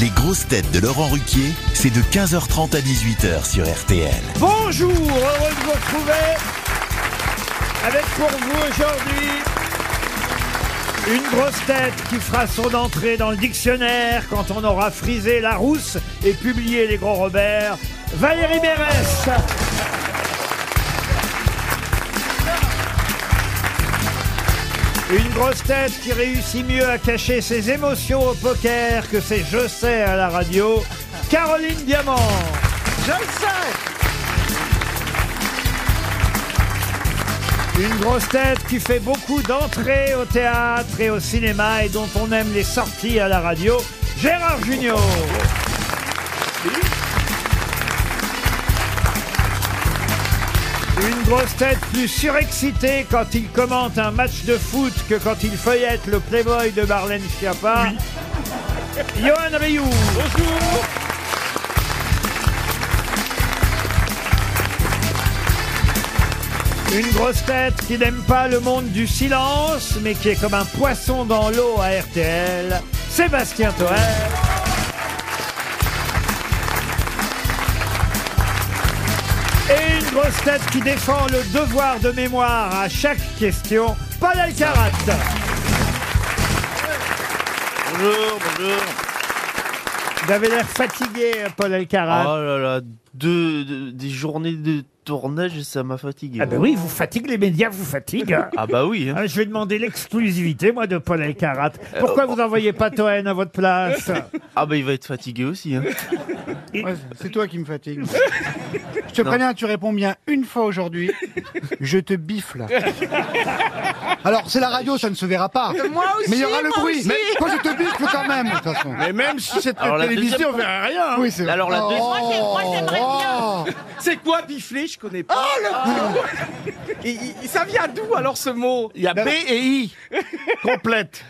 Les grosses têtes de Laurent Ruquier, c'est de 15h30 à 18h sur RTL. Bonjour, heureux de vous retrouver avec pour vous aujourd'hui une grosse tête qui fera son entrée dans le dictionnaire quand on aura frisé la rousse et publié les gros Robert, Valérie Mérès. Une grosse tête qui réussit mieux à cacher ses émotions au poker que ses je sais à la radio, Caroline Diamant. Je le sais Une grosse tête qui fait beaucoup d'entrées au théâtre et au cinéma et dont on aime les sorties à la radio, Gérard Junior. Une grosse tête plus surexcitée quand il commente un match de foot que quand il feuillette le Playboy de Marlène Schiappa. Johan Rioux. Bonjour. Une grosse tête qui n'aime pas le monde du silence, mais qui est comme un poisson dans l'eau à RTL, Sébastien Toer. Et une grosse tête qui défend le devoir de mémoire à chaque question, Paul Alcarat. Bonjour, bonjour. Vous avez l'air fatigué, Paul Ah. Alcarat. Oh là là, deux, deux- des journées de tournage, ça m'a fatigué. bah Ah ben oui, vous fatigue, les médias vous fatiguent. Ah bah oui. hein. Ah, Je vais demander l'exclusivité, moi, de Paul Alcarat. Pourquoi vous n'envoyez pas Toen à votre place Ah bah il va être fatigué aussi. hein. Ouais, c'est toi qui me fatigue. Je te préviens, tu réponds bien une fois aujourd'hui. Je te bifle. Alors, c'est la radio, ça ne se verra pas. Moi aussi, Mais il y aura le moi bruit. aussi. Mais moi, je te bifle quand même, de toute façon. Et même si c'était Alors, la télévisé, deuxième- on verrait rien. hein. Oui, c'est vrai. Alors, la deuxième- Moi, j'ai- moi, j'aimerais Oh, C'est quoi bifler Je connais pas. Oh, Ah. Et- et- ça vient d'où alors ce mot Il y a B et I. Ah bah. Complète.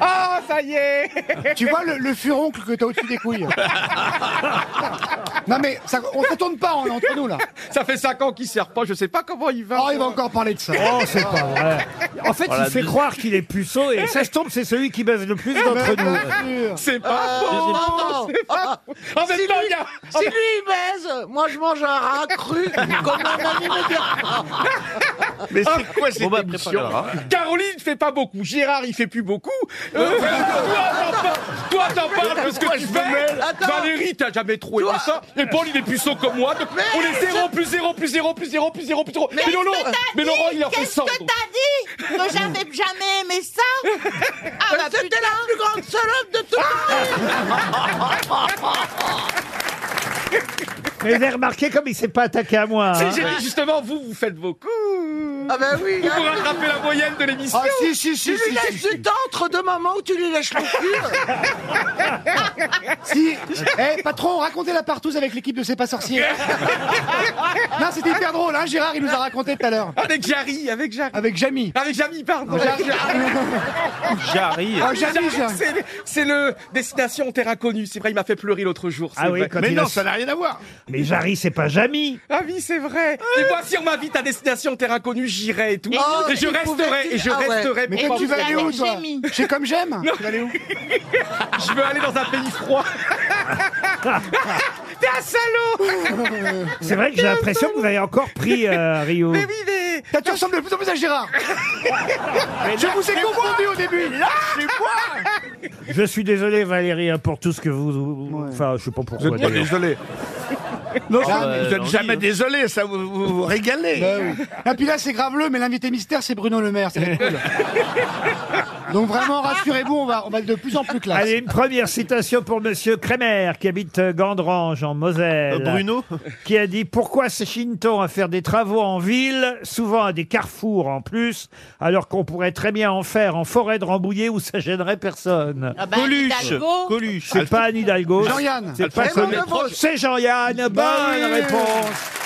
Ah, ça y est oh. Tu vois le, le furoncle que t'as au-dessus des couilles Non, mais ça, on ne tourne pas, on est entre nous, là. Ça fait 5 ans qu'il sert pas, je sais pas comment il va. Oh, il va encore parler de ça. Oh, c'est pas vrai. En fait, Voilà, il fait dis- croire qu'il est puceau et ça se tombe, c'est celui qui baise le plus d'entre bah nous. Bien sûr. C'est Euh, pas bon C'est pas bon. En même temps, il y a- Si Ah, lui il baise, moi je mange un rat cru comme un ami me dira. Mais Ah, c'est quoi cette Bon bah émission prépare Caroline fait pas beaucoup, Gérard il fait plus beaucoup. Euh, toi, t'en parles- toi t'en parles parce que tu fais. Attends. Valérie t'as jamais trop aimé Toi. ça. Et Paul il est puceau comme moi. Donc Mais on est je- 0 plus 0 plus 0 plus 0 plus 0 plus 0. Mais, Lolo, qu'est-ce que t'as mais dit Laurent il en fait Qu'est-ce 100. que t'as dit Que j'avais jamais aimé ça Ah bah C'était la plus grande salope de tout le monde Mais vous avez remarqué comme il s'est pas attaqué à moi. hein. Si j'ai dit justement, vous vous faites vos coups. Ah bah oui Vous rattrapez la moyenne de l'émission. Ah, si, si, Tu si, lui si, si, laisses si. du temps entre deux moments où tu lui lèches le cul Si. Eh, patron, racontez la partouze avec l'équipe de C'est pas sorcier. non, c'était hyper drôle, hein. Gérard, il nous a raconté tout à l'heure. Avec Jarry, avec Jarry. Avec Jamie. Avec Oh, Jamy, Oh, pardon. Ah, Ah, Jarry. J'arrive. Ah, Jamie, Jarry, Jamie. c'est le- C'est le Destination Terre Inconnue. C'est vrai, il m'a fait pleurer l'autre jour. c'est Ah oui, vrai. quand Mais il non, a- ça n'a rien à voir. Mais Jarry, c'est pas Jamy. Ah oui, c'est vrai. Et moi, si on m'invite à Destination Terre Inconnue, j'irai et tout. Oh, et je il resterai. pouvait- Et je Ah ouais. resterai. Mais toi, pour pas tu vous- vas aller où, avec toi Jamie. C'est comme j'aime. Tu vas aller où Je veux aller dans un pays froid. T'es un salaud C'est vrai que j'ai l'impression que vous avez encore pris euh, Rio. Mais oui, mais... Là, tu ressembles de plus en plus à Gérard. Je vous ai confondu au début. Je suis désolé, Valérie, hein, pour tout ce que vous. Enfin, je sais pas Vous pourquoi. n'êtes pas d'ailleurs. désolé. Non, Ah, vous- ouais, vous n'êtes non, jamais dis, désolé, ça vous, vous, vous régalez. Et Bah Ah, puis là, c'est graveleux, mais l'invité mystère, c'est Bruno Le Maire. C'est cool. Donc vraiment, rassurez-vous, on va, on va être de plus en plus classe. Allez, une première citation pour Monsieur Kremer, qui habite euh, Gandrange, en Moselle. Euh, Bruno qui a dit pourquoi s'échine-t-on à faire des travaux en ville, souvent à des carrefours en plus, alors qu'on pourrait très bien en faire en forêt de Rambouillet où ça gênerait personne. Ah bah Coluche Coluche C'est pas Anne Hidalgo. Jean-Yann. C'est pas Raymond Coluche. C'est Jean-Yann. Bonne réponse